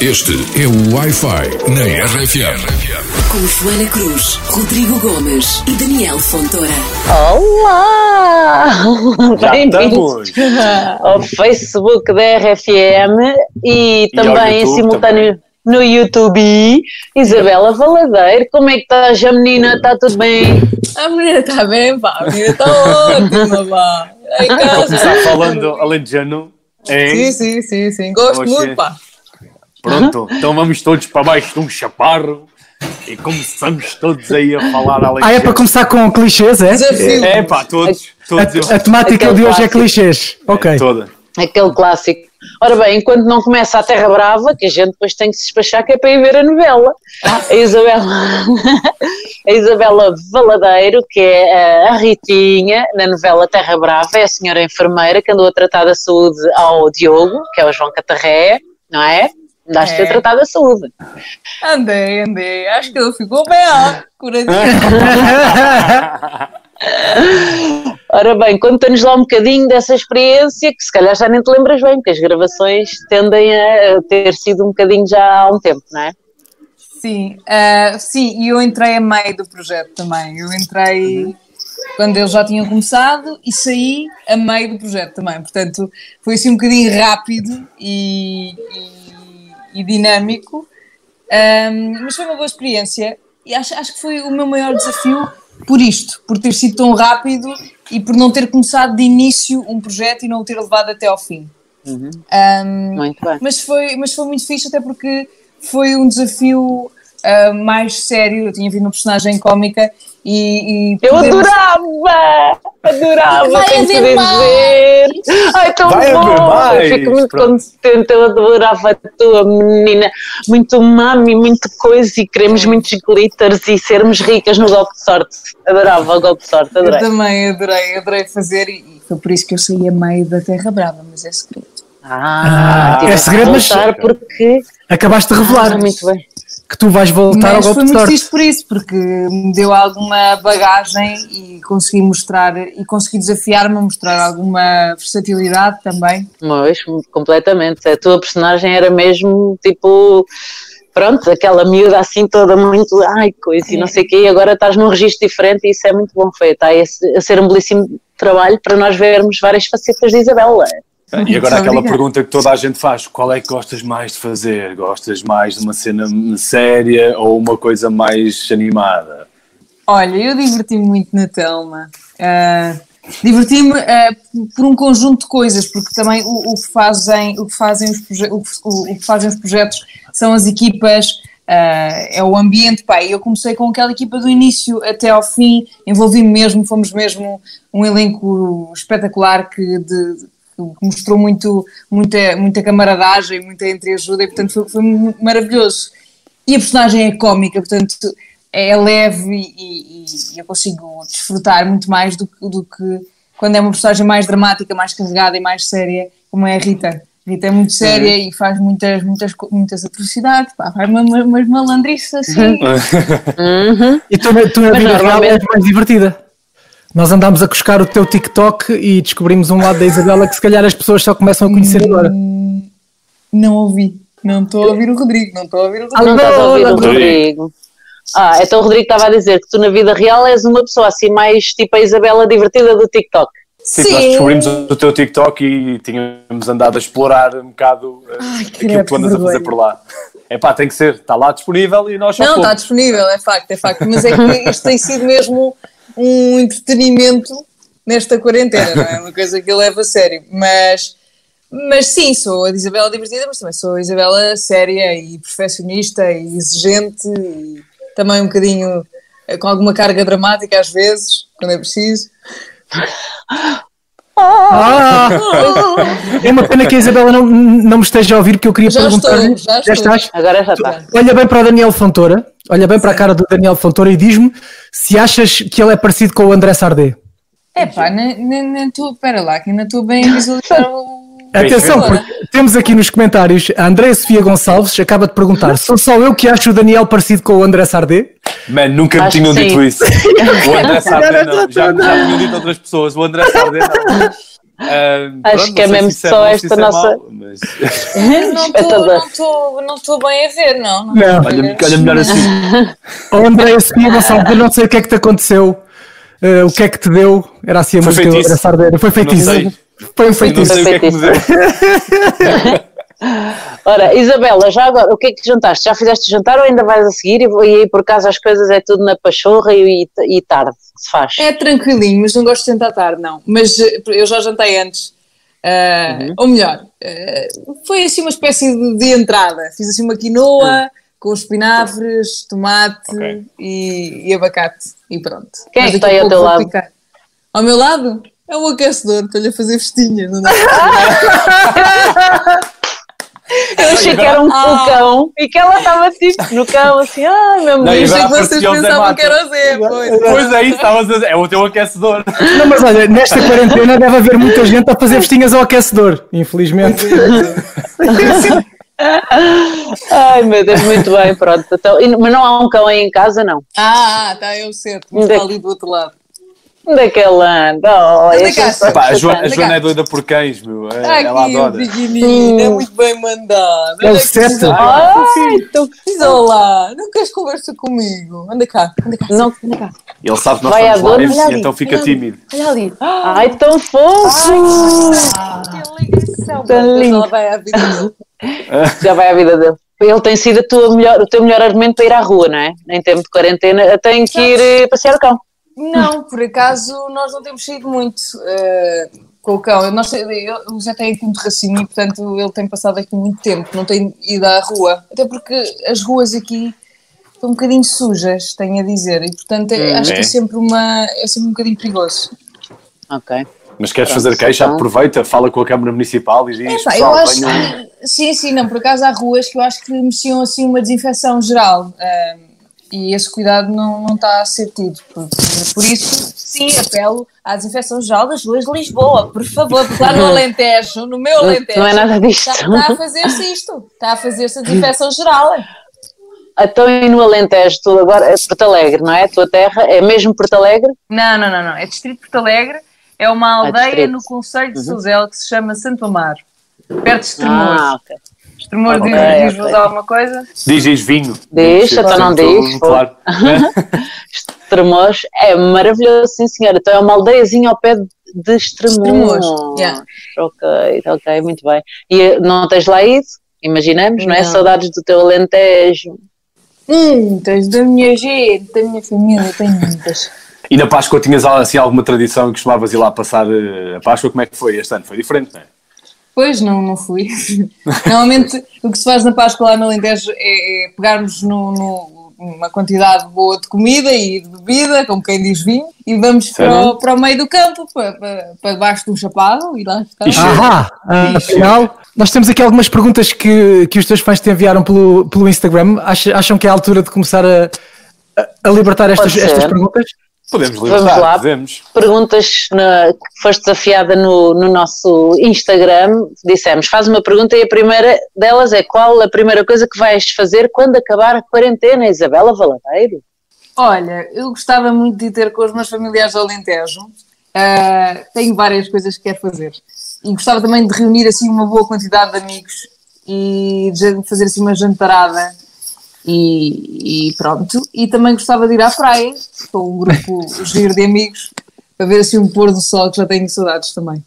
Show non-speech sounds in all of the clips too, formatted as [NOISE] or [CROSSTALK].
Este é o Wi-Fi na RFM. Com Joana Cruz, Rodrigo Gomes e Daniel Fontoura. Olá! Já Bem-vindos estamos! ao Facebook da RFM e E ao também em YouTube simultâneo no YouTube. Isabela Valadeiro, como é que estás, a menina? Está tudo bem? A menina está bem, pá, a menina está ótima, pá. É Em Vou casa. começar falando alentejano. Sim, hein? sim, sim, sim. Gosto Oxe. muito, pá. Pronto, então vamos todos para baixo de um chaparro e começamos todos aí a falar alentejano. Ah, é para começar com clichês, é? Desafio. É pá, todos, todos. É A, a temática Aquele de hoje é clássico. clichês. Ok. Toda. Aquele clássico. Ora bem, enquanto não começa a Terra Brava, que a gente depois tem que se despachar, que é para ir ver a novela. A Isabela, [LAUGHS] a Isabela Valadeiro, que é a Ritinha, na novela Terra Brava, é a senhora enfermeira que andou a tratar da saúde ao Diogo, que é o João Catarré, não é? Andaste É. a tratar da saúde. Andei, andei. Acho que ele ficou bem, ó. Curadinho. Ora bem, conta-nos lá um bocadinho dessa experiência, que se calhar já nem te lembras bem, porque as gravações tendem a ter sido um bocadinho já há um tempo, não é? Sim, ah, sim, e eu entrei a meio do projeto também. Eu entrei quando eles já tinham começado e saí a meio do projeto também. Portanto, foi assim um bocadinho rápido e, e- e dinâmico, Ahm, mas foi uma boa experiência e acho, acho que foi o meu maior desafio por isto, por ter sido tão rápido e por não ter começado de início um projeto e não o ter levado até ao fim. Ahm, Muito bem. mas foi, mas foi muito fixe, até porque foi um desafio ah, mais sério. Eu tinha vindo uma personagem cómica e. e Eu poder- adorava! Adorava, Vai tenho que haver dizer! Ai, tão Vai haver bom! mais. Eu fico muito Pronto. contente, eu adorava a tua menina. Muito mami, muito coisa e queremos muitos glitters e sermos ricas no golpe de sorte. Adorava o golpe de sorte, Eu adorei. também adorei, adorei fazer e e foi por isso que eu saí a meio da Terra Brava, mas é segredo. Ah, Ah, tive é que segredo, mas- voltar porque. [LAUGHS] Acabaste de revelar Ah, muito bem. que tu vais voltar ao Mas foi golpe de muito sorte. fixe por isso, porque me deu alguma bagagem e consegui mostrar e consegui desafiar-me a mostrar alguma versatilidade também. Mas, completamente. A tua personagem era mesmo tipo. Pronto, aquela miúda assim toda muito. Ai, coisa É. e não sei o quê. E agora estás num registro diferente e isso é muito bom feito. Está a ser um belíssimo trabalho para nós vermos várias facetas de Isabela. E agora aquela Obrigada. pergunta que toda a gente faz: qual é que gostas mais de fazer? Gostas mais de uma cena séria ou uma coisa mais animada? Olha, eu diverti-me muito na Telma. Ah, diverti-me ah, por- por um conjunto de coisas, porque também o, o que, fazem, o, que fazem os proje- o, que- o- o que fazem os projetos são as equipas, ah, é o ambiente. Pá, e eu comecei com aquela equipa do início até ao fim, envolvi-me mesmo, fomos mesmo um elenco espetacular que de- que mostrou muito, muita, muita camaradagem, muita entreajuda e portanto foi, foi maravilhoso. E a personagem é cómica, portanto é leve e, e- e eu consigo desfrutar muito mais do, que- do que quando é uma personagem mais dramática, mais carregada e mais séria, como é a Rita. Rita é muito séria e faz muitas, muitas, co- muitas atrocidades, pá, faz uma- uma- umas malandrices assim. E tu, na- tu na Mas vida real normalmente- és mais divertida. Nós andámos a cuscar o teu TikTok e descobrimos um lado da Isabela que se calhar as pessoas só começam a conhecer agora. Não ouvi, não estou a ouvir o Rodrigo, não estou a ouvir o Rodrigo. Não tá. estás a ouvir o Adoro. Rodrigo. Ah, então o Rodrigo estava a dizer que tu na vida real és uma pessoa assim mais tipo a Isabela divertida do TikTok. Tipo, nós descobrimos o teu TikTok e tínhamos andado a explorar um bocado eh, aquilo que credo, tu andas que a fazer vergonha. por lá. É pá, tem que ser, está lá disponível e nós só Não, fomos. está disponível, é facto, é facto. Mas é que isto tem sido mesmo um entretenimento nesta quarentena, não é? Uma coisa que eu levo a sério. Mas, mas sim, sou a Isabela divertida, mas também sou a Isabela séria e perfeccionista e exigente e também um bocadinho eh, com alguma carga dramática às vezes, quando é preciso. Ah! É uma pena que a Isabela não, não me esteja a ouvir porque eu queria Já estou, perguntar-lhe. já estou. estás? Agora já tá. está. Olha bem para o Daniel Fontoura, olha bem para a cara do Daniel Fontoura e diz-me se achas que ele é parecido com o André Sardé. É pá, na, na, na tua, pera lá, que ainda estou bem a visualizar [LAUGHS] o. Atenção, Bem, porque temos aqui nos comentários a Andréia Sofia Gonçalves acaba de perguntar: sou só eu que acho o Daniel parecido com o André Sardé? Mano, nunca me Acho tinham que dito sim. [LAUGHS] isso. O André Sardé não. Já, já me tinham dito outras pessoas. O André Sardé não. Ahm, Acho pronto, que é não sei mesmo se isso só bom, se esta isso é nossa- mau, [LAUGHS] mas- Não estou- Espetador. não estou não estou bem a ver, não. Não. Olha, olha melhor assim. é Ou André, a seguir, Gonçalo, eu não sei o que é que te aconteceu, eh, o que é que te deu. Era assim a Foi música, feitiço. era sardeira. Foi feitiço. sei. Foi Eu um não feitiço. sei o que é que me deu. Ora, Isabela, já agora, o que é que jantaste? Já fizeste jantar ou ainda vais a seguir? E, vou- e aí por casa as coisas é tudo na pachorra e, e tarde que se faz. É tranquilinho, mas não gosto de jantar tarde, não. Mas eh, eu já jantei antes. Ah, Ou melhor, eh, foi assim uma espécie de, de entrada. Fiz assim uma quinoa com espinafres, tomate Ok. e, e abacate. E pronto. Quem é Mas que daqui a está aí ao pouco teu vou lado? picar. Ao meu lado? É um aquecedor, estou-lhe a fazer festinhas. Não dá. Eu achei que era um Ah. o cão e que ela estava tipo no cão, assim, ah, meu Não, Eu amigo. Isabela, achei que apareceu vocês o Zé pensavam Mato. que era o Zé, pois. Pois é, isso, estavas a dizer. É o teu [LAUGHS] aquecedor. Não, mas olha, nesta quarentena deve haver muita gente a fazer festinhas ao aquecedor, infelizmente. é. Ai meu Deus, muito bem, pronto. Então, e- mas não há um cão aí em casa, não. Ah, está eu certo, mas está ali do outro lado. Onde é que ela anda? Oh, é Anda eu cá, sou- Pá, a sou Joana, a tanta. Joana é doida por cães, meu. É- Está Ela aqui o adora. pequenino, é muito bem mandado. É o Olha que sete. coisa Ai, tô... Diz olá, não queres conversa comigo? Anda cá, anda cá. Não... Ele sabe que nós Vai à estamos dona, live, olha ali, então fica tímido. Olha ali. Ai, tão fofo! que ligação. Tão lindo. Ela vai à vida dele. Já vai à vida dele. Ele tem sido a tua melhor- o teu melhor argumento para ir à rua, não é? Em tempo de quarentena, tem que ir eh, passear o cão. [LAUGHS] Não, por acaso nós não temos saído muito eh, com o cão. Nós, eu já tenho aqui um terracinho e, portanto, ele tem passado aqui muito tempo, não tem ido à rua. Até porque as ruas aqui estão um bocadinho sujas, tenho a dizer, e, portanto, é- acho que É. é sempre, uma, é sempre um bocadinho perigoso. Ok. Mas queres Pronto, fazer queixa? então. Aproveita, fala com a Câmara Municipal e diz: É, pá, eu pessoal, acho venham- que, sim, sim, não, por acaso há ruas que eu acho que mereciam assim uma desinfecção geral ah, e esse cuidado não, não está a ser tido. Por, por isso, sim, apelo à desinfecção geral das ruas de Lisboa, por favor, porque lá [LAUGHS] no Alentejo, no meu Não- Alentejo, não é nada disto. Está, está a fazer-se isto, está a fazer-se a desinfecção geral. Então, e no Alentejo, tu agora, é Porto Alegre, não é? A tua terra é mesmo Porto Alegre? Não, não, não, não, é Distrito de Porto Alegre, é uma Ah, aldeia distrito. no Conselho de Sozelo que se chama Santo Amaro, perto de Ah, ok. Estremoz Ok, diz- diz-vos ok. alguma coisa? diz, diz vinho. Diz, Sim, então não sim, diz, Claro. [LAUGHS] Estremoz é maravilhoso, sim senhora. Então é uma aldeiazinha ao pé de- de Estremoz. Estremoz, yeah. Ok, ok, muito bem. E eh, não tens lá ido? Imaginamos, não é? Não. Saudades do teu Alentejo. Hum, tens da minha gente, da minha família, tenho muitas. E na Páscoa tinhas assim, alguma tradição que costumavas ir lá passar eh, a Páscoa? Como é que foi este ano? Foi diferente, não é? Pois, não, não fui. Normalmente o que se faz na Páscoa lá no Alentejo é, é pegarmos no- no- numa quantidade boa de comida e de bebida, como quem diz vinho, e vamos para o, para o meio do campo, para, para, para debaixo de um chapado e lá está. Ixi. Ahá, ah, afinal, nós temos aqui algumas perguntas que, que os teus fãs te enviaram pelo, pelo Instagram. Ach- acham que é a altura de começar a, a- a libertar estas, Pode ser. estas perguntas? Podemos Vamos libertar, lá. podemos. Perguntas na- que foste desafiada no, no nosso Instagram, dissemos, faz uma pergunta e a primeira delas é qual a primeira coisa que vais fazer quando acabar a quarentena, Isabela Valadeiro? Olha, eu gostava muito de ter com os meus familiares do Alentejo. Ah, tenho várias coisas que quero fazer. E gostava também de reunir assim uma boa quantidade de amigos e de jan- fazer assim uma jantarada e, e pronto. E também gostava de ir à praia com um grupo [LAUGHS] giro de amigos para ver assim um pôr do sol que já tenho saudades também.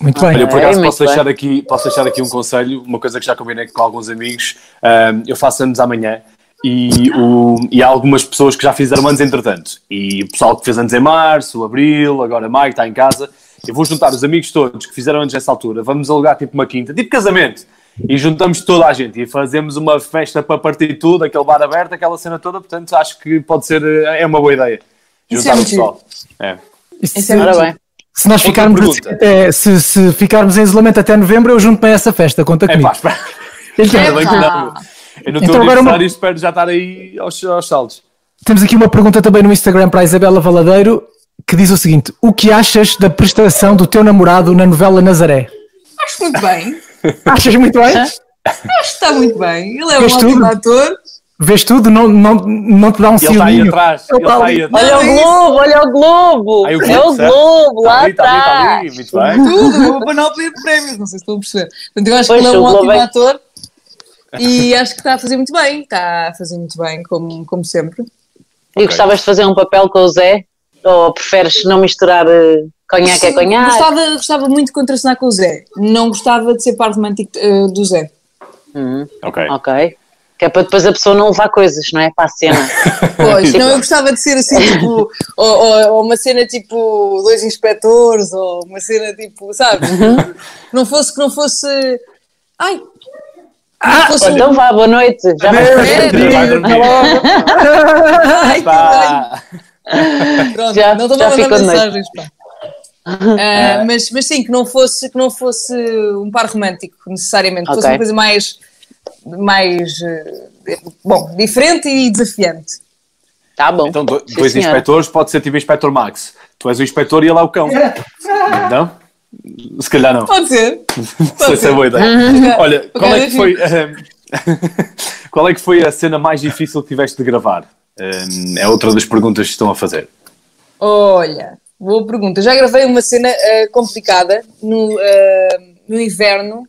Muito Olha, bem. eu por É, acaso muito posso deixar, aqui, posso deixar aqui um conselho, uma coisa que já combinei com alguns amigos. Ahm, eu faço anos amanhã e, o, e há algumas pessoas que já fizeram anos entretanto. E o pessoal que fez anos em março, abril, agora maio, está em casa. Eu vou juntar os amigos todos que fizeram anos nessa altura. Vamos alugar tipo uma quinta, tipo casamento. E juntamos toda a gente e fazemos uma festa para partir tudo, aquele bar aberto, aquela cena toda. Portanto, acho que pode ser, eh, é uma boa ideia. Isso Juntar é o muito pessoal. É. E se- Isso é Ora bem. Se nós Outra ficarmos, pergunta. assim até- se, se ficarmos em isolamento até novembro, eu junto-me a essa festa, conta É comigo. pá, espera. Então, Ainda bem que Epá. não. Eu não Então estou a agora uma- aniversário e espero já estar aí aos, aos saltos. temos aqui uma pergunta também no Instagram para a Isabela Valadeiro, que diz o seguinte: O que achas da prestação do teu namorado na [LAUGHS] novela Nazaré? Acho muito bem. Achas muito bem? Acho que está muito bem. Ele é um Fez ótimo tudo. ator. Vês tudo, não, não, não te dá um Ele está aí ciúminho. atrás. Ele está aí atrás. Olha o Globo, olha o Globo! Aí é o certo? Globo, Está lá ali, está ali, está está! ali, muito bem. tudo, é uma panóplia de prémios, não sei se estão a perceber. Portanto, eu acho Pois, que ele é um o Globo ótimo é- ator e acho que está a fazer muito bem, está a fazer muito bem, como, como sempre. E gostavas de fazer um papel com o Zé? Ou preferes não misturar eh, conhaque a conhaque? Gostava, gostava muito de contracenar com o Zé, não gostava de ser par romântico eh, do Zé. Ok. Ok. Que é para depois a pessoa não levar coisas, não é? Para a [LAUGHS] cena. Pois, Sim, não, eu claro. gostava de ser assim, tipo, ou, ou- ou uma cena tipo dois inspectores, ou uma cena tipo, sabe? Não fosse que não fosse. Ai! não fosse [LAUGHS] um- então vá, boa noite. Já vais Adeus. fazer. Vai dormir. Ah, ai, caralho. Pá. Pronto, Já- não estou já a mandar ficou de mensagens, pá. [LAUGHS] Ah, mas, mas sim, que não, fosse, que não fosse um par romântico, necessariamente. Que Fosse Ok. uma coisa mais, mais eh, bom, diferente e desafiante. Tá bom. Então, do- Sim, dois senhora. inspectores, pode ser tipo inspector Max. Tu és o inspector e ele é o cão. Não? Se calhar não. Pode ser. Não sei se é boa ideia. Olha, qual é Ok, que foi. ahm, Qual é que foi [LAUGHS] a cena mais difícil que tiveste de gravar? Ahm, É outra das perguntas que estão a fazer. Olha, boa pergunta. Já gravei uma cena eh, complicada no, eh, no inverno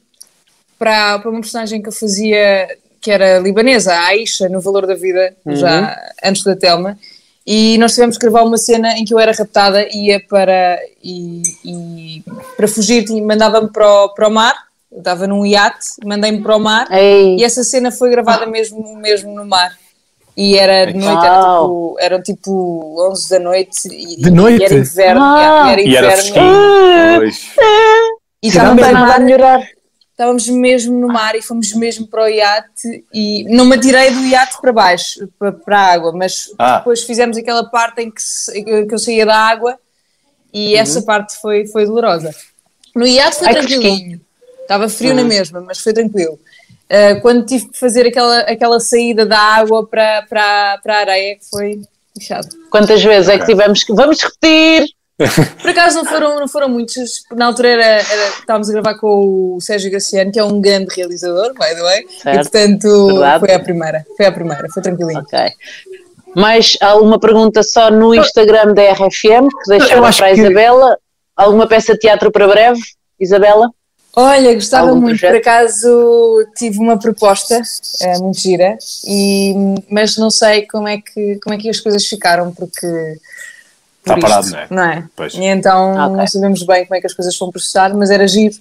para, para uma personagem que eu fazia que era libanesa, a Aisha, no Valor da Vida, já antes da Telma. E nós tivemos que gravar uma cena em que eu era raptada e ia para, e, e para fugir, tinha- mandava-me para, o- para o mar, eu estava num iate, mandei-me para o mar. Ei. E essa cena foi gravada mesmo, mesmo no mar. E era de noite, era Uau. tipo, eram tipo 11 da noite e, De e noite? era inverno. Uau. yeah, E era era inverno. fresquinho. Pois. E Tirando estávamos Vai no mandar mar, melhorar. estávamos mesmo no mar e fomos mesmo para o iate e não me atirei do iate para baixo, para, para a água, mas Ah. depois fizemos aquela parte em que, se- que eu saía da água e essa parte foi, foi dolorosa. No iate foi Ai, que tranquilinho, estava frio na mesma, mas foi tranquilo. Ah, quando tive que fazer aquela, aquela saída da água para, para, para a areia, foi chato. Quantas vezes é que tivemos que. Vamos repetir! Por acaso não foram, não foram muitos. Na altura era, era- estávamos a gravar com o Sérgio Graciano, que é um grande realizador, by the way. Certo. E portanto Verdade. foi a primeira. Foi a primeira, foi tranquilinho. Ok. Mais alguma pergunta só no Instagram da RFM que Eu deixaram acho para a que- Isabela? Alguma peça de teatro para breve, Isabela? Olha, gostava Algum muito. projeto? Por acaso tive uma proposta eh, muito gira, e, mas não sei como é, que, como é que as coisas ficaram, porque. Está por isto, parado, não é? Não é? Pois. E então Ah, Ok. não sabemos bem como é que as coisas vão processar, mas era giro.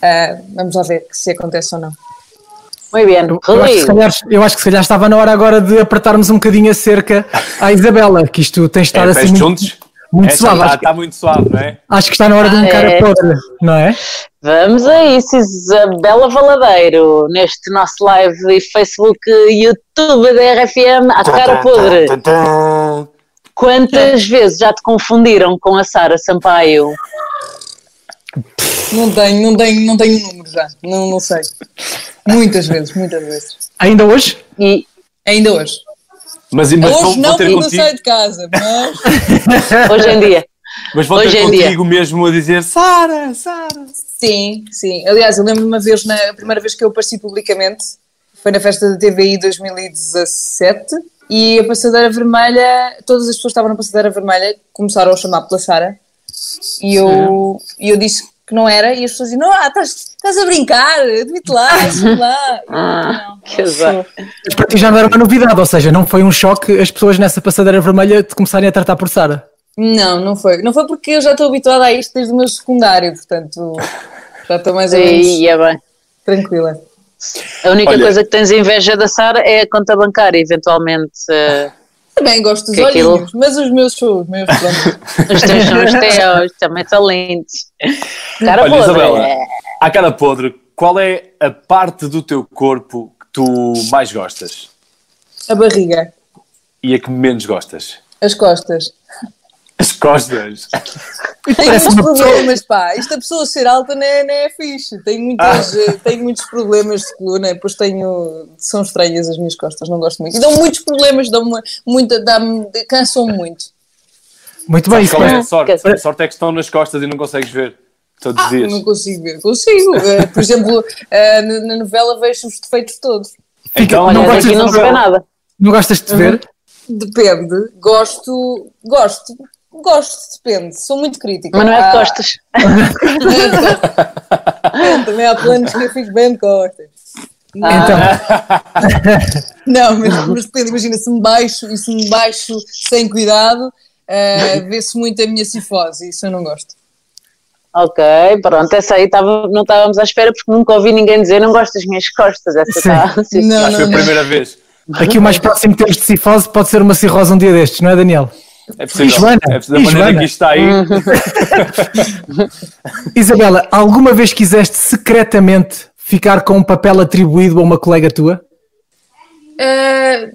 Ah, vamos lá ver se acontece ou não. Muito bem, Eu, eu acho que, se Rodrigo. calhar, eu acho que se calhar estava na hora agora de apertarmos um bocadinho a cerca à Isabela, que isto tem estado É, assim pés muito, juntos? muito É, suave. Está Acho, que- está muito suave, não é? acho que está na hora de um Ah, cara é. podre, não é? Vamos a isso, Isabela Valadeiro, neste nosso live e Facebook e YouTube da RFM, à cara podre. Quantas vezes já te confundiram com a Sara Sampaio? Não tenho, não tenho, não tenho um número já. Não, não sei. Muitas vezes, muitas vezes. Ainda hoje? E Ainda hoje. Mas, mas hoje vão, não, vão ter porque não contigo, saio de casa, mas. [LAUGHS] hoje em dia. mas vão Hoje ter em contigo mesmo a dizer Sara, Sara. sim, sim. Aliás, eu lembro-me uma vez, na a primeira vez que eu apareci publicamente, foi na festa da TVI 2017, e a passadeira vermelha, todas as pessoas que estavam na passadeira vermelha começaram a chamar pela Sara, e eu, e eu disse que não era, e as pessoas diziam: Não, ah, estás, estás a brincar, admite lá, admite lá. Ah, que azar. Mas para ti já não era uma novidade, ou seja, não foi um choque as pessoas nessa passadeira vermelha te começarem a tratar por Sara. Não, não foi. Não foi porque eu já estou habituada a isto desde o meu secundário, portanto já estou mais ou menos E é bem. tranquila. A única Olha- coisa que tens inveja da Sara é a conta bancária, eventualmente. eh, Também gosto dos Que é aquilo? olhinhos, mas os meus são os meus. pronto. Os teus são [LAUGHS] os teus, também está lindo. Cara Olha, podre. é. Isabela, à cara podre, qual é a parte do teu corpo que tu mais gostas A barriga, e a que menos gostas? as costas. As costas. Tenho muitos uma pessoa- problemas, pá. Isto a pessoa ser alta não é, não é fixe. Tenho, muitas, Ah. eh, tenho muitos problemas de coluna, pois tenho. São estranhas as minhas costas, não gosto muito. E dão muitos problemas, dão muita, dá-me- É. cansam-me muito. Muito bem, isso Qual é parece- a sorte? Quer- A sorte é que estão nas costas e não consegues ver todos os dias. Não consigo ver, consigo. Eh, por exemplo, eh, na na novela vejo os defeitos todos. Fica- Então, não Olha, gostas daqui de não se vê ver? nada. Não gostas de ver? Depende. Gosto, gosto, gosto, depende. Sou muito crítica. Ah. Mas não é Há- de costas. [LAUGHS] Também há planos que eu fico bem de costas. Ah. Então, Não, mas, mas depende, imagina, se me baixo e se me baixo sem cuidado, eh, vê-se muito a minha cifose, isso eu não gosto. Ok, pronto, essa aí tava- não estávamos à espera porque nunca ouvi ninguém dizer não gosto das minhas costas. Essa Sim. está. Sim. Não, Acho que foi não, a não. primeira vez. aqui o mais próximo que temos de cifose pode ser uma cirrose um dia destes, não é, Daniel? É possível. Joana? É possível. E Da maneira Joana? que isto está aí. Isabela, alguma vez quiseste secretamente ficar com um papel atribuído a uma colega tua? Ah,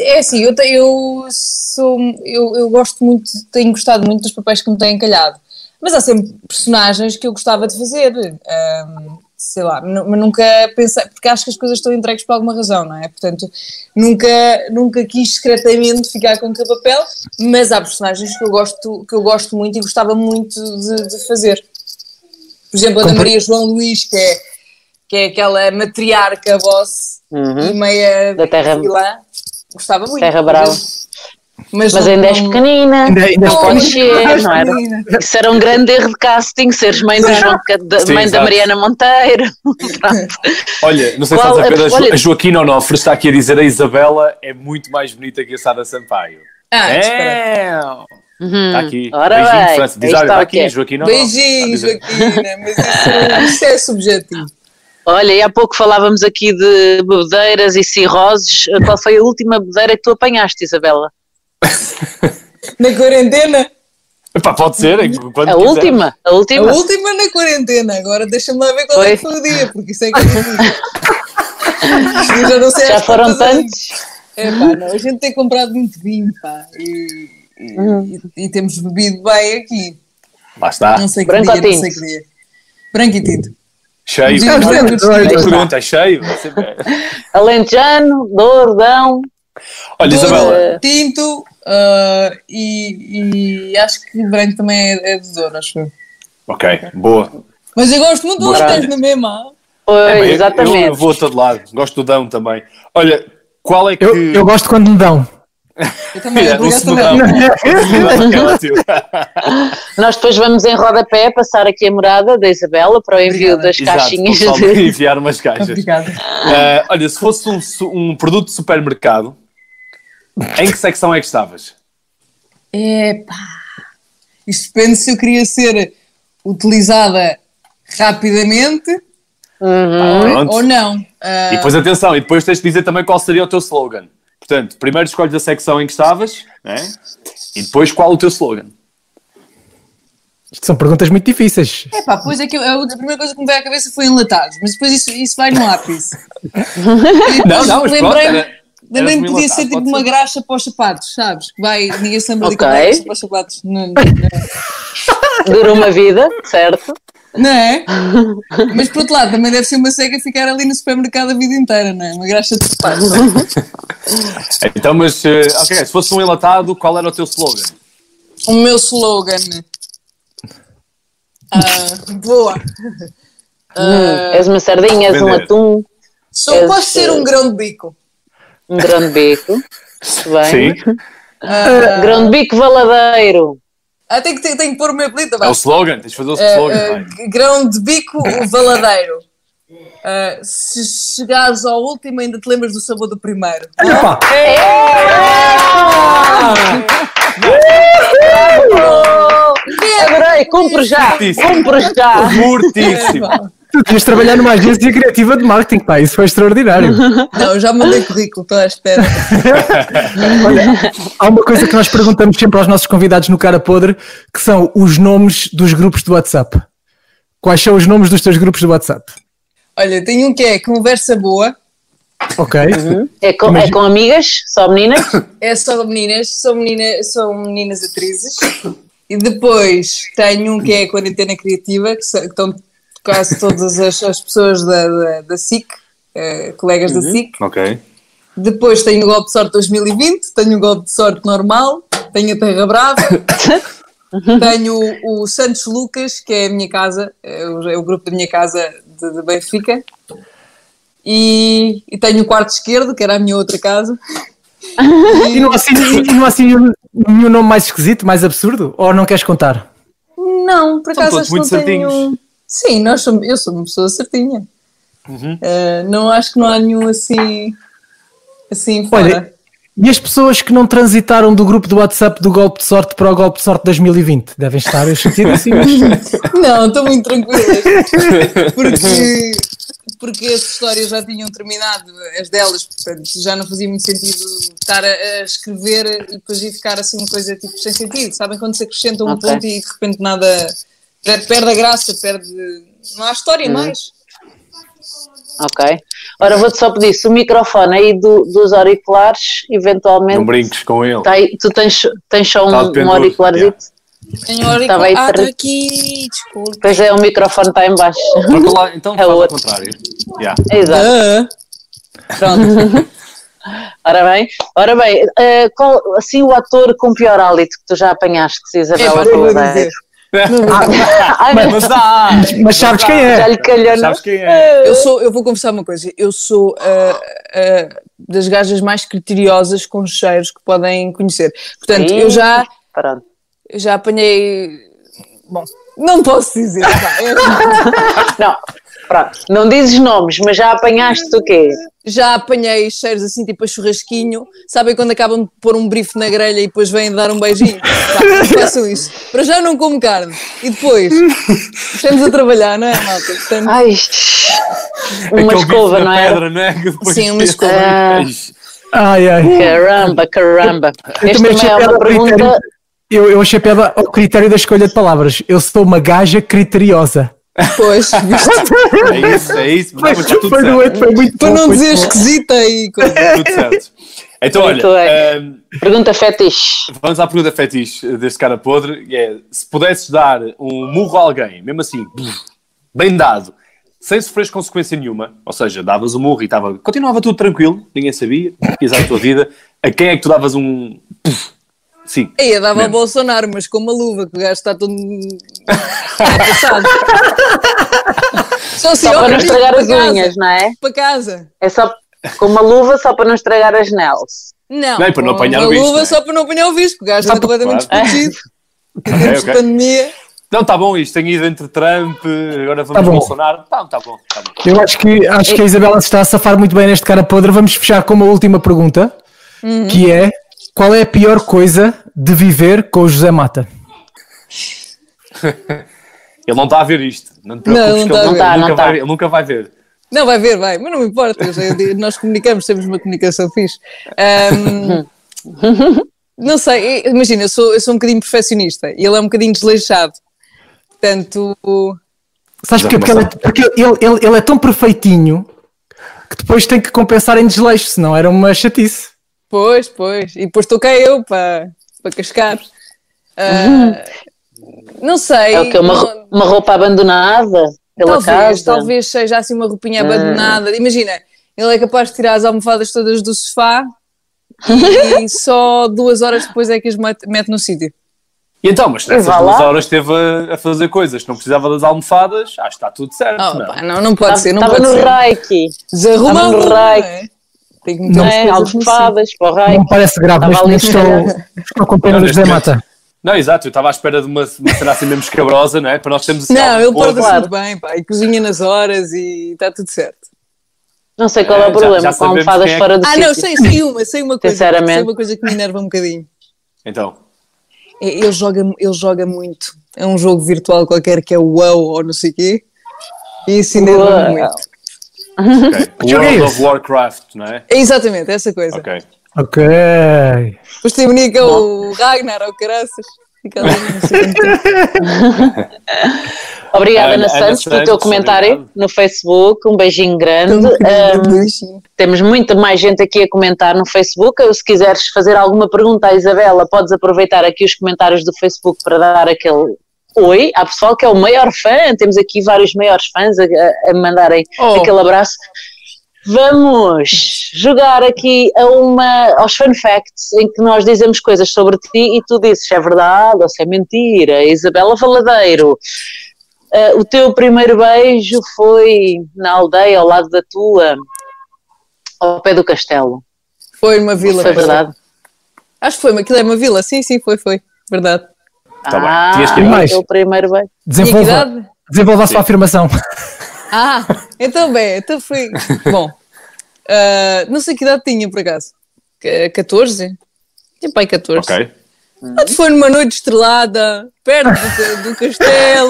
é assim, eu, te- eu sou eu, eu gosto muito, tenho gostado muito dos papéis que me têm calhado, mas há sempre personagens que eu gostava de fazer, ah, sei lá, nu- mas nunca pensei, porque acho que as coisas estão entregues por alguma razão, não é? Portanto, nunca, nunca quis secretamente ficar com aquele papel, mas há personagens que eu gosto, que eu gosto muito e gostava muito de, de fazer. Por exemplo, a da Maria João Luís, que é, que é aquela matriarca boss e meia Uhum. Da terra- vilã. Gostava muito. Terra Brava. Mas, mas Mas não- ainda és pequenina. Ainda- ainda és não podes pequenina. ser, não era? Isso era um grande erro de casting, seres mãe, do João, Ca- da, Sim, mãe da exato. Mariana Monteiro. [LAUGHS] Olha, não sei Qual- se estás a ver, a Jo- olha- a Joaquina Onofre está aqui a dizer a Isabela é muito mais bonita que a Sara Sampaio. Ah, disparate. é! Está aqui. Uhum. Ora Beijinho, bem, França. aí Diz, olha, está está o aqui, quê? Joaquina Onofre. Beijinhos, Está a dizer- Joaquina, né? mas isso, isso é subjetivo. Olha, e há pouco falávamos aqui de bebedeiras e cirroses. Qual foi a última bebedeira que tu apanhaste, Isabela? Na quarentena, Pá, pode ser, é que quando Uhum. A quiser. última? A a última? última na quarentena. Agora deixa-me lá ver qual é que Foi. foi o dia, porque isso é que eu não digo. Eu já não sei Já às foram quantas horas. tantos? É pá, não, a gente tem comprado muito vinho, pá. E, e- Uhum. e temos bebido bem aqui. Lá está. Não sei que Branco ou dia, não sei que dia. Branco e tinto. Cheio. Sim, Olha, sim, nem sim. pergunta, é cheio. É sempre- Alentejano, Dourdão. Olha, Douro, Isabela, Eh, Tinto ah, e, e acho que branco também é, é de Douro, acho eu. Ok, boa. Mas eu gosto muito Boa dos tens escolha. na mesma. É, Pois, bem, eu- exatamente. Eu vou a todo lado, gosto do Dão também. Olha, qual é que. Eu, eu gosto quando me dão. Eu também, É, eu gosto se não também. dá. É ótimo. Nós depois vamos em rodapé passar aqui a morada da Isabela para o envio Obrigada. das Exato, caixinhas. vou só [LAUGHS] de- enviar umas caixas. [LAUGHS] Obrigada. Ah, olha, se fosse um, su- um produto de supermercado, em que secção é que estavas? Epá. Isto depende se eu queria ser utilizada rapidamente Hum. Pronto. ou não. Ah, E depois atenção, e depois tens de dizer também qual seria o teu slogan. Portanto, primeiro escolhes a secção em que estavas, né? e depois qual o teu slogan. Isto são perguntas muito difíceis. epá, pois é que eu- a primeira coisa que me veio à cabeça foi enlatados, mas depois isso, isso vai no [LAUGHS] ápice. E Não, depois não, mas pronto, lembrei-me- era- Também Eras podia enlatado, ser tipo pode uma ser. graxa para os sapatos, sabes? Que vai, ninguém se lembra de Ok. como é graxa para os sapatos. Não, não- Dura uma vida, certo? não é? Mas por outro lado, também deve ser uma cega ficar ali no supermercado a vida inteira, não é? Uma graxa de sapatos. Então, mas eh, ok, se fosse um enlatado, qual era o teu slogan? O meu slogan. Ah, boa. Hum, és uma sardinha, és um Vender. atum, Só posso ser um grão de bico. um grande bico. Muito Bem. Sim, Grande bico valadeiro. Ah, tem que, tem, que pôr o meu apelido, é vai. o slogan, tens de fazer o Ah, slogan. ah, vai. grão de bico o valadeiro. Ah, se chegares ao último, ainda te lembras do sabor do primeiro. Epá, Adorei, cumpre já, Certíssimo. cumpro já. [LAUGHS] É, Curtíssimo. tu devias trabalhar numa agência criativa de marketing, pá, isso foi extraordinário. Não, eu já mandei currículo, estou à espera. Há uma coisa que nós perguntamos sempre aos nossos convidados no Cara Podre, que são os nomes dos grupos do WhatsApp. Quais são os nomes dos teus grupos do WhatsApp? Olha, tem um que é conversa boa, Ok. É com, é com amigas, só [LAUGHS] meninas? é só meninas, são, menina, são meninas atrizes. E depois tem um que é a Quarentena Criativa, que, são- que estão quase todas as, as pessoas da, da, da SIC, eh, colegas da SIC. ok. Depois tem o Golpe de Sorte 2020, tenho o Golpe de Sorte normal, tenho a Terra Brava. Tenho o, o Santos Lucas, que é a minha casa, é o, é o grupo da minha casa de, de Benfica. E dormi e tenho o quarto esquerdo, que era a minha outra casa. E não há assim, e não há assim nenhum, nenhum nome mais esquisito, mais absurdo? Ou não queres contar? Não, por São acaso todos acho que não muito tenho. certinhos. Sim, nós somos, eu sou uma pessoa certinha. Uhum. Eh, não acho que não há nenhum assim. Assim fora. Olha, e as pessoas que não transitaram do grupo do WhatsApp do golpe de sorte para o golpe de sorte 2020 devem estar a sentir assim. Não, estou muito tranquila. Porque, porque as histórias já tinham terminado, as delas, portanto já não fazia muito sentido estar a, a escrever e depois ir ficar assim uma coisa tipo sem sentido. Sabem quando se acrescenta um Ok. ponto e de repente nada. per- perde a graça, perde. Não há história mais. Ok. Ora, vou-te só pedir, se o microfone aí do- dos auriculares, Não eventualmente. brinques com ele. Tá aí- tu tens, tens só Tá um, pendurado, um auricularzito? yeah. Tenho hora e Estava aí ah, está perdido. aqui, desculpa. Pois é, o microfone está em baixo. Bota lá, então É faz ao outro. contrário. Yeah. [LAUGHS] Exato. Ah, pronto. é Ora bem, ora bem, eh, qual, assim o ator com pior hálito que tu já apanhaste, É, pá, Isabela não vou Coladeiro? dizer. Ai, [LAUGHS] Ah, Mas [LAUGHS] dá! Mas sabes quem já é? lhe calhou no- Sabes quem é? Eu, sou, eu vou confessar uma coisa, eu sou ah, ah, das gajas mais criteriosas com cheiros que podem conhecer. Portanto, eu já, Pronto. eu já apanhei. Bom, não posso dizer. é pá. Eu Não, pronto. Não dizes nomes, mas já apanhaste o quê? já apanhei cheiros assim, tipo a churrasquinho. Sabem quando acabam de pôr um brife na grelha e depois vêm dar um beijinho? Pá, façam isso. Para já não como carne. E depois, estamos a trabalhar, não é, malta? Portanto, Ai, uma Aquele escova, bife na não é? pedra, não [LAUGHS] é? Que depois Sim, uma fica- escova. Ah. Ixi. Ai, ai. Caramba, caramba. Eu Esta também achei também é piada uma ao critério- pergunta. Eu, eu achei piada ao critério da escolha de palavras. Eu sou uma gaja criteriosa. depois, [LAUGHS] viste? É isso, é isso. [LAUGHS] Foi, Mas está tudo certo. doente, foi muito Para bom, não foi dizer bom. esquisita aí. coisa. Tudo certo. Então, olha, Muito bem. ahm, Pergunta fetiche. vamos à pergunta fetiche deste cara podre. que é, se pudesses dar um murro a alguém, mesmo assim, bem dado, sem sofreres consequência nenhuma, ou seja, davas o murro e estava, continuava tudo tranquilo, ninguém sabia, quis a tua vida, a quem é que tu davas um... Sim, Aí eu dava ao Mesmo. Bolsonaro, mas com uma luva, que o gajo [LAUGHS] está todo. está passado. Só se Só ó, para não querido, estragar para as casa, unhas, não é? Para casa. É só com uma luva só para não estragar as nails. Não. Não, e para não com apanhar uma o visto, luva não é? só para não apanhar o visto, porque o gajo está completamente Claro. [LAUGHS] desprotegido. Ok, Temos ok. pandemia. Não, está bom isto, tenho ido entre Trump, agora Tá vamos bom. Bolsonaro. Tá, tá bom, tá bom. Eu acho que, acho que a Isabela se está a safar muito bem neste cara podre. Vamos fechar com uma última pergunta, Uhum. que é qual é a pior coisa de viver com o José Mata? Ele não está a ver isto. Não te Não, preocupes, não que ele, tá ver. nunca, a nunca Não tá. vai, ele nunca vai ver. Não, vai ver, vai, mas não me importa. eu já- eu- nós comunicamos, temos uma comunicação fixe. [LAUGHS] Ahm, não sei, imagina, eu sou, eu sou um bocadinho perfeccionista e ele é um bocadinho desleixado. Portanto, Sabes Já porquê? Porque, ele, é- começou. porque ele, ele- ele é tão perfeitinho que depois tem que compensar em desleixo, senão era uma chatice. Pois, pois. E depois estou cá eu para, para cascar. Ah, Não sei. É o quê? Uma, não- ro- uma roupa abandonada pela talvez, casa? Ah. talvez seja assim uma roupinha abandonada. Imagina, ele é capaz de tirar as almofadas todas do sofá [LAUGHS] e só duas horas depois é que as mete mete no sítio. E então, mas nessas vá duas lá. horas esteve a, a fazer coisas, não precisava das almofadas, acho que está tudo certo. Oh, não. é? pá, não, não pode ser, não Estava pode Tá, no ser. Reiki, Desarruma Estava no a rua, raio. não é? Tem que meter não as é? coisas no sítio. Almofadas para o Não Reiki. me parece grave, Estava neste momento ali, se estou, estou com pena Não, do neste José momento- Mata. Não, exato, eu estava à espera de uma, uma cena assim mesmo escabrosa, não é? Para nós termos assim Não, algo ele podre. porta-se muito bem, pá, e cozinha nas horas e está tudo certo. Não sei qual é É, o já- problema, já com sabemos almofadas quem é que- fora do Ah, sítio. não, sei, sei uma, sei uma coisa. Sinceramente. Sei uma coisa que me enerva um bocadinho. Então, É, Ele joga, ele joga muito. É um jogo virtual qualquer que é o WoW ou não sei o quê. E isso enerva Uau. muito. ok. jogo World é esse? of Warcraft, não é? É exatamente, essa coisa. Ok. Ok. Depois tem o Nick, é o Ragnar, ou caraças. assim, Fica [LAUGHS] ali, não sei quanto tempo. Obrigada, Ana- Ana Ana Santos, pelo teu Santos, comentário obrigado. no Facebook. Um beijinho grande. Tão Ahm, querido, bichinho. temos muita mais gente aqui a comentar no Facebook. Se quiseres fazer alguma pergunta à Isabela, podes aproveitar aqui os comentários do Facebook para dar aquele oi à pessoal que é o maior fã. Temos aqui vários maiores fãs a, a- a mandarem aquele abraço. Vamos jogar aqui a uma, aos fun facts em que nós dizemos coisas sobre ti e tu dizes se é verdade ou se é mentira. Isabela Valadeiro, eh, ah, o teu primeiro beijo foi na aldeia ao lado da tua. ao pé do castelo. Foi uma vila. Foi pois é. verdade? Acho que foi, aquilo é uma vila. Sim, sim, foi, foi. Verdade. Tá bem. ah, Tinhas que ir. eu Mais. o primeiro bem. [LAUGHS] Tinha que Desenvolva, idade? desenvolva a sua afirmação. Ah, então bem, [LAUGHS] então foi. Bom, ah, não sei que idade tinha por acaso. Ca- 14? Tinha pai 14. Ok. Onde foi numa noite estrelada, perto do, do castelo,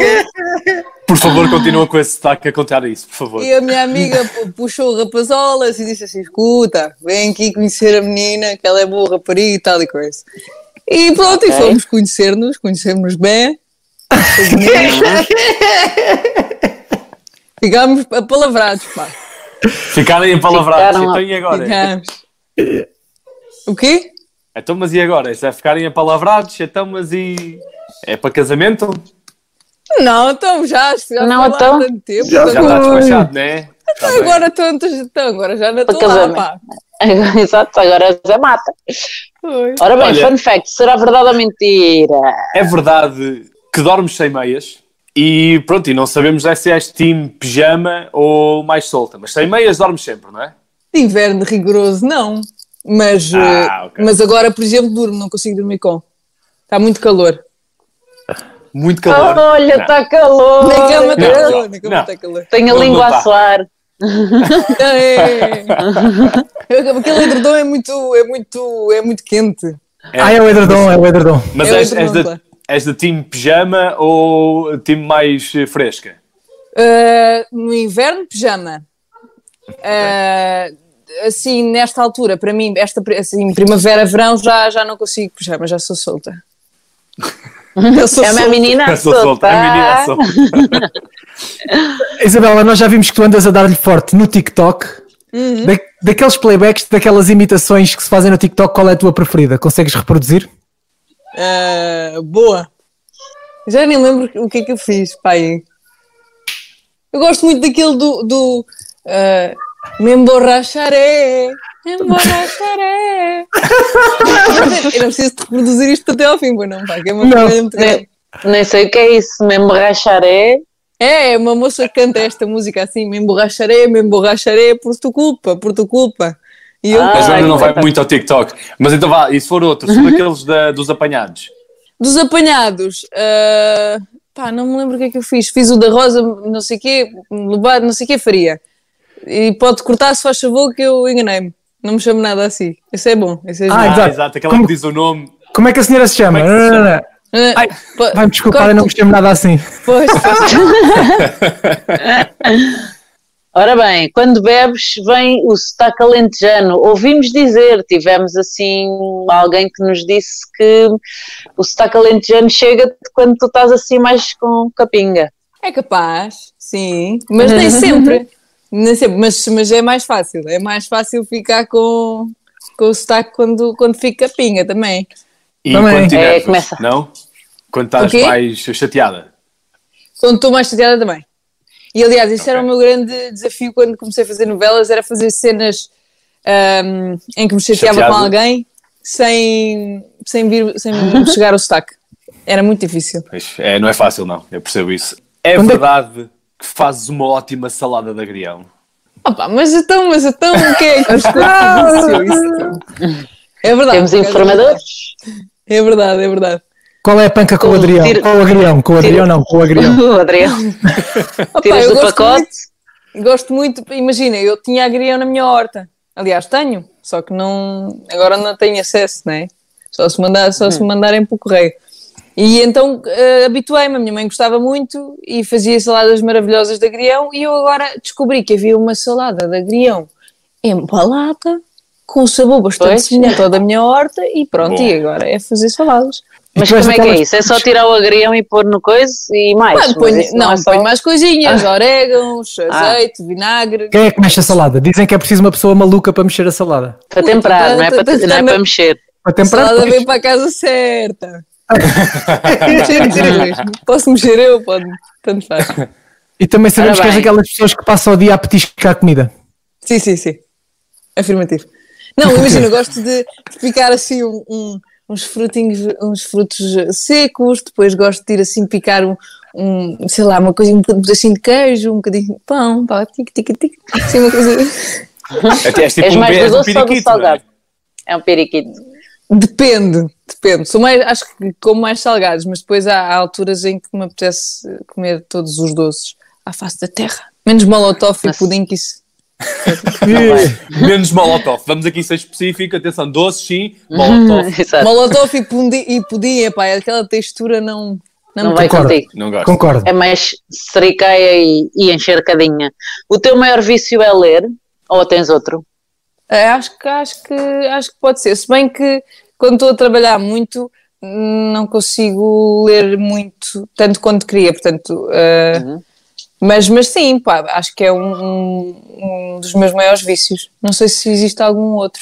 [LAUGHS] Por favor, continua com esse sotaque a contar isso, por favor. e a minha amiga pu- puxou rapazolas e disse assim: escuta, vem aqui conhecer a menina, que ela é boa rapariga e tal e coisa. E pronto, e fomos conhecer-nos, [LAUGHS] conhecemos bem. foi bonito. Ficámos apalavrados, pá. Ficarem apalavrados. Ficaram- Então e agora? Ficámos. O quê? Então, mas e agora? Isso é ficarem apalavrados? Então, mas e. É para casamento? Não, então já, já Não, não, então. tanto tempo. Já está despachado, não é? Tá bem. agora tantas, então, agora já não Para estou lá, casamento. pá. Exato, agora Zé mata. Pois. Ora bem, Olha. fun fact: será verdade ou mentira? É verdade que dormes sem meias e pronto, e não sabemos é se és time pijama ou mais solta, mas sem meias dormes sempre, não é? De Inverno rigoroso, não. Mas, Ah, eh, ok. mas agora, por exemplo, durmo, não consigo dormir com. Está muito calor. Muito Ah, calor. Olha, Não. está calor. Na cama não, está calor, não. na cama está calor. Tenho a Não, não língua tá. a suar. Não, [LAUGHS] é- Aquele edredom é muito, é muito, é muito quente. É, Ah, é o edredom, é o edredom. Mas Eu és, entro és, num da, bar. és da time pijama ou time mais eh, fresca? Eh, no inverno, pijama. Eh, assim, nesta altura, para mim, esta pri- assim, primavera, verão, já, já não consigo pijama, já [LAUGHS] sou solta. Eu sou É uma solta. menina Eu a [LAUGHS] sou solta, a menina é soltar. solta. Isabela, nós já vimos que tu andas a dar-lhe forte no TikTok. Uhum. Da- daqueles playbacks, daquelas imitações que se fazem no TikTok, qual é a tua preferida? Consegues reproduzir? Ah, boa. Já nem lembro o que é que eu fiz, pai. Eu gosto muito daquele do. do ah, me emborracharé, me emborracharé. eu não preciso de reproduzir isto até ao fim, pois não, pá, que é uma Não. vergonha muito grande. Nem, nem sei o que é isso, me emborracharé. É, uma moça que canta esta música assim: me emborracharé, me emborracharé por tu culpa, por tu culpa. E eu, Ah. A Joana não vai então. muito ao TikTok. Mas então vá, e se for outro, se for daqueles da- dos apanhados? Dos apanhados, ah, pá, não me lembro o que é que eu fiz. Fiz o da Rosa, não sei o quê, levado, não sei o quê faria. E pode cortar se faz favor que eu enganei-me. Não me chamo nada assim. Isso é bom, isso é Ah, giro. exato. aquela Como- que diz o nome. Como é que a senhora se chama? Como é que se Não, não, não. Ah, Ai, po- Vai-me desculpar, eu corta- não gostei nada assim. Pois, Ora bem, quando bebes vem o sotaque alentejano. Ouvimos dizer, tivemos assim alguém que nos disse que o sotaque alentejano chega quando tu estás assim mais com capinga. é capaz, sim, mas Uhum. nem sempre. Nem sempre, mas, mas é mais fácil. É mais fácil ficar com, com o sotaque quando, quando fica pinga também. E Também. quando te É, enervas, começa. Não? Quando O estás quê? mais chateada. quando estou mais chateada também. E aliás, este era o Ok. meu grande desafio quando comecei a fazer novelas, era fazer cenas ahm, em que me chateava Chateado. com alguém sem, sem, vir, sem [LAUGHS] me chegar ao sotaque. Era muito difícil. Pois, É, não é fácil, não. Eu percebo isso. É Onde é que- verdade que fazes uma ótima salada de agrião. Opa, mas então, mas então, o que é que vos aconteceu isso? então? É verdade. Temos por acaso, informadores. É verdade, é verdade. Qual é a panca com o Com o agrião? tiro- Com o agrião, com o agrião não, com o agrião. O Adriano, é [LAUGHS] Opa, tiras eu do gosto pacote. muito, gosto muito, imagina, eu tinha agrião na minha horta. Aliás, tenho, só que não, agora não tenho acesso, não é? Só se, mandar, só Hum. se mandarem para o correio. E então eh, habituei-me, a minha mãe gostava muito e fazia saladas maravilhosas de agrião e eu agora descobri que havia uma salada de agrião embalada com um sabor bastante Pois. semelhante ao da minha horta e pronto, Bom. e agora é fazer saladas. [LAUGHS] Mas tu és como é que é daquelas- isso? É só tirar o agrião e pôr no coisa e mais? Ah, Mas ponho- isso não, é só- ponho mais coisinhas, orégãos, Ah. azeite, vinagre. Quem é que mexe a salada? Dizem que é preciso uma pessoa maluca para mexer a salada. Para temperar, tá, não é para, não é para mexer. Tipo Para temperar. Salada depois. veio para a casa certa. [LAUGHS] Mexer os dois. Posso mexer eu? Pode. Tanto faz. E também sabemos Ora que és bem. aquelas pessoas que passam o dia a petiscar comida. Sim, sim, sim. Afirmativo. Não, imagina, eu gosto de picar assim um- um- uns frutinhos, uns frutos secos, depois gosto de ir assim picar um, um, sei lá, uma coisa, um pedacinho de queijo, um bocadinho de pão, pá, tic, tic, tic, assim uma coisa. Até és tipo És um, mais be- do és um doce ou do periquito. não é? salgado? É um periquito. [LAUGHS] Depende, depende. Sou mais, acho que como mais salgados, mas depois há, há alturas em que me apetece comer todos os doces à face da terra. Menos molotov e Mas- pudim que isso. Tá Menos molotov. Vamos aqui ser específico. Atenção, doces sim, [LAUGHS] molotov. Exato. Molotov e pudim, e pudim epá, é aquela textura não... Não, Não me vai Concordo. contigo. Não gosto. Concordo. É mais sericaia e, e enxercadinha. O teu maior vício é ler? Ou tens [LAUGHS] outro? É, acho que, acho que acho que pode ser. Se bem que quando estou a trabalhar muito, não consigo ler muito, tanto quanto queria, portanto. eh, Uhum. mas, mas sim, pá, acho que é um, um- um dos meus maiores vícios. Não sei se existe algum outro.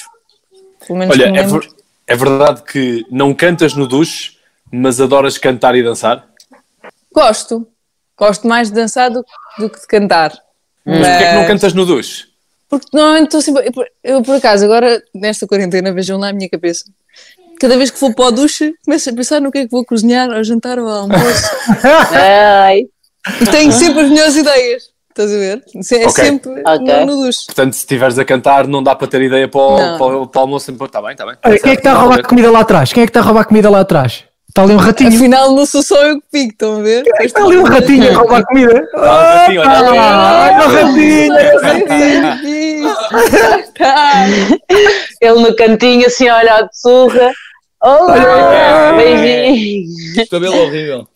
Pelo menos Olha, que me é, lembro. ver- é verdade que não cantas no duche, mas adoras cantar e dançar? Gosto. Gosto mais de dançar do, do que de cantar. Mas porquê é que não Mas- cantas no duche? Porque normalmente estou sempre. eu, por- Eu, por acaso, agora, nesta quarentena, vejam lá a minha cabeça. Cada vez que vou para o duche, começo a pensar no que é que vou cozinhar, ao jantar ou ao almoço. Ai, E tenho sempre as melhores ideias. Estás a ver? Se- É Ok. sempre Ok. no, no duche. Portanto, se estiveres a cantar, não dá para ter ideia para o, Não. para o- para o almoço. Está bem, está bem. Olha, Quem é que está a roubar comida lá atrás? Quem é que está a roubar comida lá atrás? Está ali um ratinho. Afinal, não sou só eu que pico, estão a ver? Está ali um ratinho a roubar comida. Ah, ratinho, olha. Ah, olha o ratinho. um Tá. ele no cantinho assim a olhar de surra. Olá! Beijinho! Este cabelo é horrível.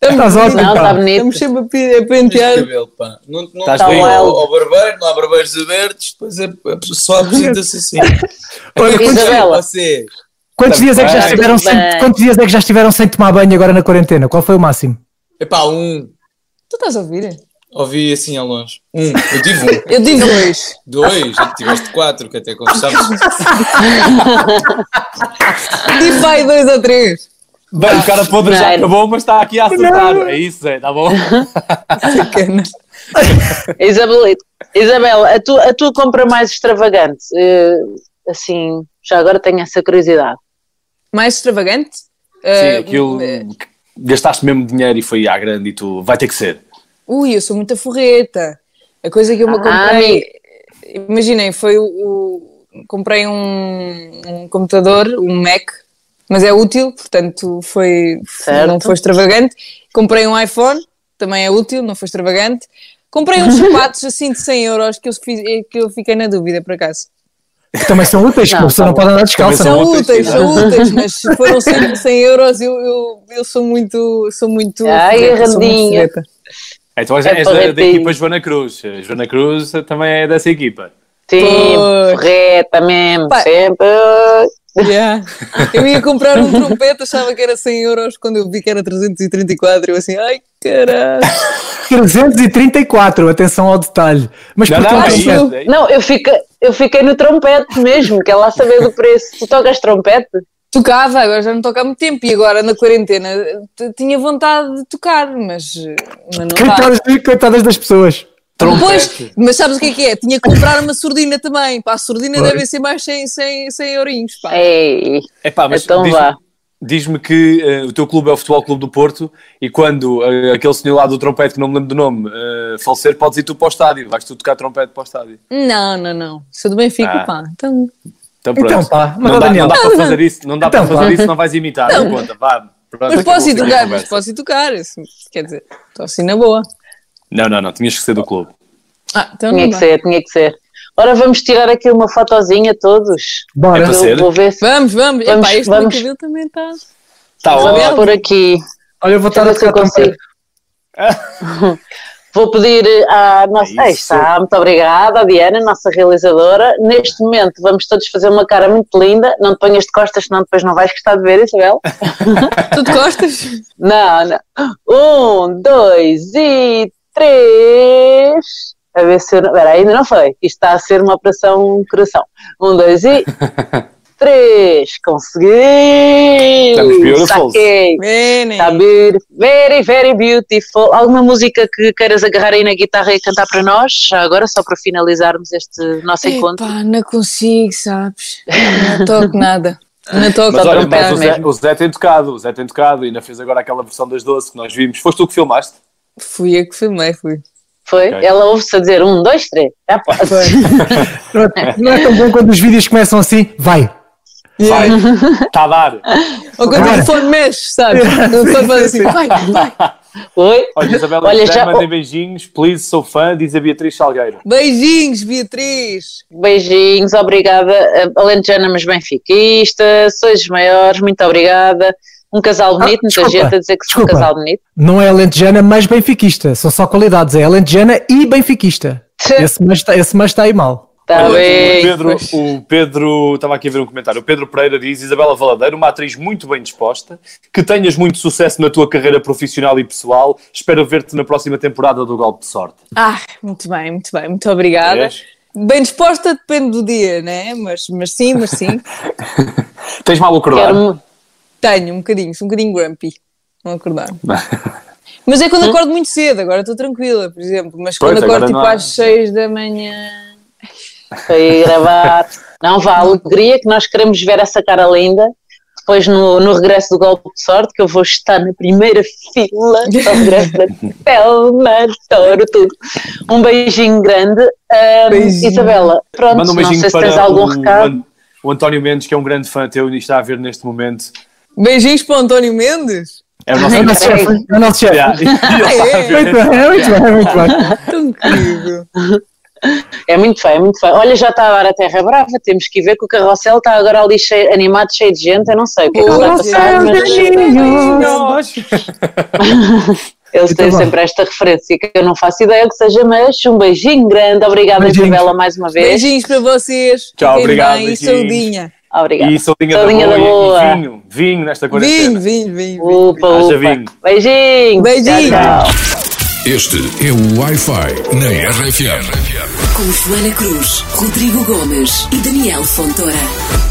Estás ótimo, Não, tá está pá. bonito. Estamos sempre a pe- a pentear. Este cabelo, pá. Não, não Estás há bem? ao ao barbeiro, não há barbeiros abertos, depois é, é- só apresenta-se assim. Olha, quantos- Isabela. Você, Quantos dias, é que já Também. estiveram sem, Também. quantos dias é que já estiveram sem tomar banho agora na quarentena? Qual foi o máximo? epá, um, Tu estás a ouvir? ouvi assim ao longe. Um, eu tive um. Eu digo dois. Dois, e tiveste quatro, que até conversámos. Digo vai dois ou [LAUGHS] três. Bem, o cara podre já Não. acabou, mas está aqui a acertar. É isso, é, está bom? Bacana. Isabel, Isabela, a, tu, a tua compra mais extravagante, eh, assim, já agora tenho essa curiosidade. Mais extravagante? Sim, Ah, aquilo. que Gastaste mesmo dinheiro e foi à grande e tu. Vai ter que ser. Ui, eu sou muita forreta. A coisa que eu me Ah, comprei. Imaginem, foi o. o- comprei um, um computador, um Mac, mas é útil, portanto foi, Certo. não foi extravagante. Comprei um iPhone, também é útil, não foi extravagante. [LAUGHS] Comprei uns sapatos assim de 100 euros que eu, fiz- eh, que eu fiquei na dúvida, por acaso. Que também são úteis, que Não, a pessoa tá não pode andar descalça. Também não São é? úteis, úteis, sim. são úteis, mas se foram 100, 100 euros, eu, eu, eu sou muito. Sou muito Ai, forreta, sou muito erradinha. forreta. Então és, É és da, da porretinho. equipa Joana Cruz. A Joana Cruz também é dessa equipa. Sim, Pois. correta Tipo, mesmo, Pá. sempre. [LAUGHS] Yeah. Eu ia comprar um trompete, achava que era 100 euros, quando eu vi que era 334, eu assim, ai caralho. 334, atenção ao detalhe. Mas Não, porque não, um é acho- isso. trompete? é isso. Não, eu, fica, eu fiquei no trompete mesmo, quer lá saber do preço. Tu tocas trompete? Tocava, agora já não toca há muito tempo e agora na quarentena t- tinha vontade de tocar, mas, mas não dá. Coitadas, coitadas das pessoas. Depois, mas sabes o que é que é? Tinha que comprar uma surdina também, pá, a surdina deve ser mais 100, 100, 100 eurinhos, pá. Ei, Epá, mas então diz-me- vá. Diz-me que eh, o teu clube é o Futebol Clube do Porto e quando eh, aquele senhor lá do trompete, que não me lembro do nome, eh, falecer, podes ir tu para o estádio. Vais tu tocar trompete para o estádio. Não, não, não, sou do Benfica, Ah. pá, então... Então, pronto. Então pá, mas não, ó, dá, Daniel. não dá para fazer isso, não dá Então, para fazer vá. isso, não vais imitar. Não conta, vá. Pronto, Mas posso ir acabou a tocar, mas conversa. posso ir tocar, assim, quer dizer, estou assim na boa. Não, não, não, tinhas que ser do clube. Ah, então Tinha não que dá. ser, tinha que ser. Ora, vamos tirar aqui uma fotozinha todos. Bora. É para ser? Eu vou ver se Vamos, vamos, Vamos, Epá, este vamos. meu cabelo também está... Tá vamos ótimo. por aqui. Olha, eu vou estar Deixa a eu ver se tocar eu trompete. consigo. [LAUGHS] Vou pedir à nossa. É isso. Aí está, muito obrigada, Diana, nossa realizadora. Neste momento vamos todos fazer uma cara muito linda. Não te ponhas de costas, senão depois não vais gostar de ver, [LAUGHS] Isabel. Tu te gostas? [LAUGHS] Não, não. Um, dois e três. A ver se. eu não- Espera, ainda não foi. Isto está a ser uma operação coração. Um, dois [LAUGHS] e. três. Consegui! Estamos beautifuls. Saquei. Bene. Está beautiful. Tá Very, very beautiful. Alguma música que queiras agarrar aí na guitarra e cantar para nós, já agora, só para finalizarmos este nosso encontro? Epá, não consigo, sabes? Não toco nada. Não toco né? Mas olha, mas nada. o Zé, o Zé tem tocado, o Zé tem tocado, ainda fez agora aquela versão das 12 que nós vimos. Foste tu que filmaste? Fui eu que filmei, fui. Foi? Ok. Ela ouve-se a dizer um, dois, três. Já [LAUGHS] pode. Não é- Não é tão bom quando os vídeos começam assim, vai. Vai, está a dar. Ou quando o telefone mexe, sabes? O telefone faz assim, vai, vai. Oi? Olha, Isabela, Olha, já- mandem beijinhos, please, sou fã, diz a Beatriz Salgueiro. Beijinhos, Beatriz. oh, Beijinhos, obrigada. eh, Alentejana, mas benfiquista, sois os maiores, muito obrigada. Um casal bonito, muita Ah, desculpa, gente a dizer que sou um desculpa. casal bonito. Não é alentejana, mas benfiquista. São só qualidades. É alentejana e benfiquista. Esse mas está esse mas está aí mal. Está Olha, Tá bem. o Pedro, o Pedro, estava aqui a ver um comentário. O Pedro Pereira diz: Isabela Valadeiro, uma atriz muito bem disposta, que tenhas muito sucesso na tua carreira profissional e pessoal. Espero ver-te na próxima temporada do Golpe de Sorte. Ah, muito bem, muito bem, muito obrigada. Vês? Bem disposta depende do dia, né? Mas, mas sim, mas [LAUGHS] sim. Tens mal acordar. [LAUGHS] Quero-me- Tenho um bocadinho, sou um bocadinho grumpy. Não acordar. Mas é quando acordo muito cedo, agora estou tranquila, por exemplo. Mas Pois, quando agora acordo tipo não há- às 6 da manhã. foi gravar. Não [LAUGHS] vá, a alegria que nós queremos ver essa cara linda. Depois no, no regresso do golpe de sorte, que eu vou estar na primeira fila ao regresso da [LAUGHS] Telma Toro, tudo. Um beijinho grande. Ahm, Beijinho. Isabela, pronto, Manda um não beijinho sei se para tens algum o, recado. An- o António Mendes, que é um grande fã teu e está a ver neste momento. Beijinhos para o [LAUGHS] António Mendes. É o nosso É o nosso chefe. É o nosso chefe. Yeah. E ele está a ver. Muito bem, é muito bem, é muito bem. Tão querido. É muito feio, é muito feio. Olha, já está agora a Terra Brava, temos que ir ver que o carrossel está agora ali cheio, animado, cheio de gente. Eu não sei o que é que está a passar, Carrossel mas é de gente. Nós. Então eles têm Muito bom. sempre esta referência que eu não faço ideia o que seja, mas um beijinho grande. Obrigada, Beijinhos. Isabela, mais uma vez. Beijinhos para vocês. Tchau, Fiquem obrigado, Bem, e beijinhos. saudinha. Obrigada. E saudinha da Saudinha boa, da boa. e vinho, vinho nesta Vinho, quarentena. vinho, vinho. Upa, Haja upa. vinho. Beijinho. Beijinho. Este é o Wi-Fi na RFM. Com Joana Cruz, Rodrigo Gomes e Daniel Fontoura.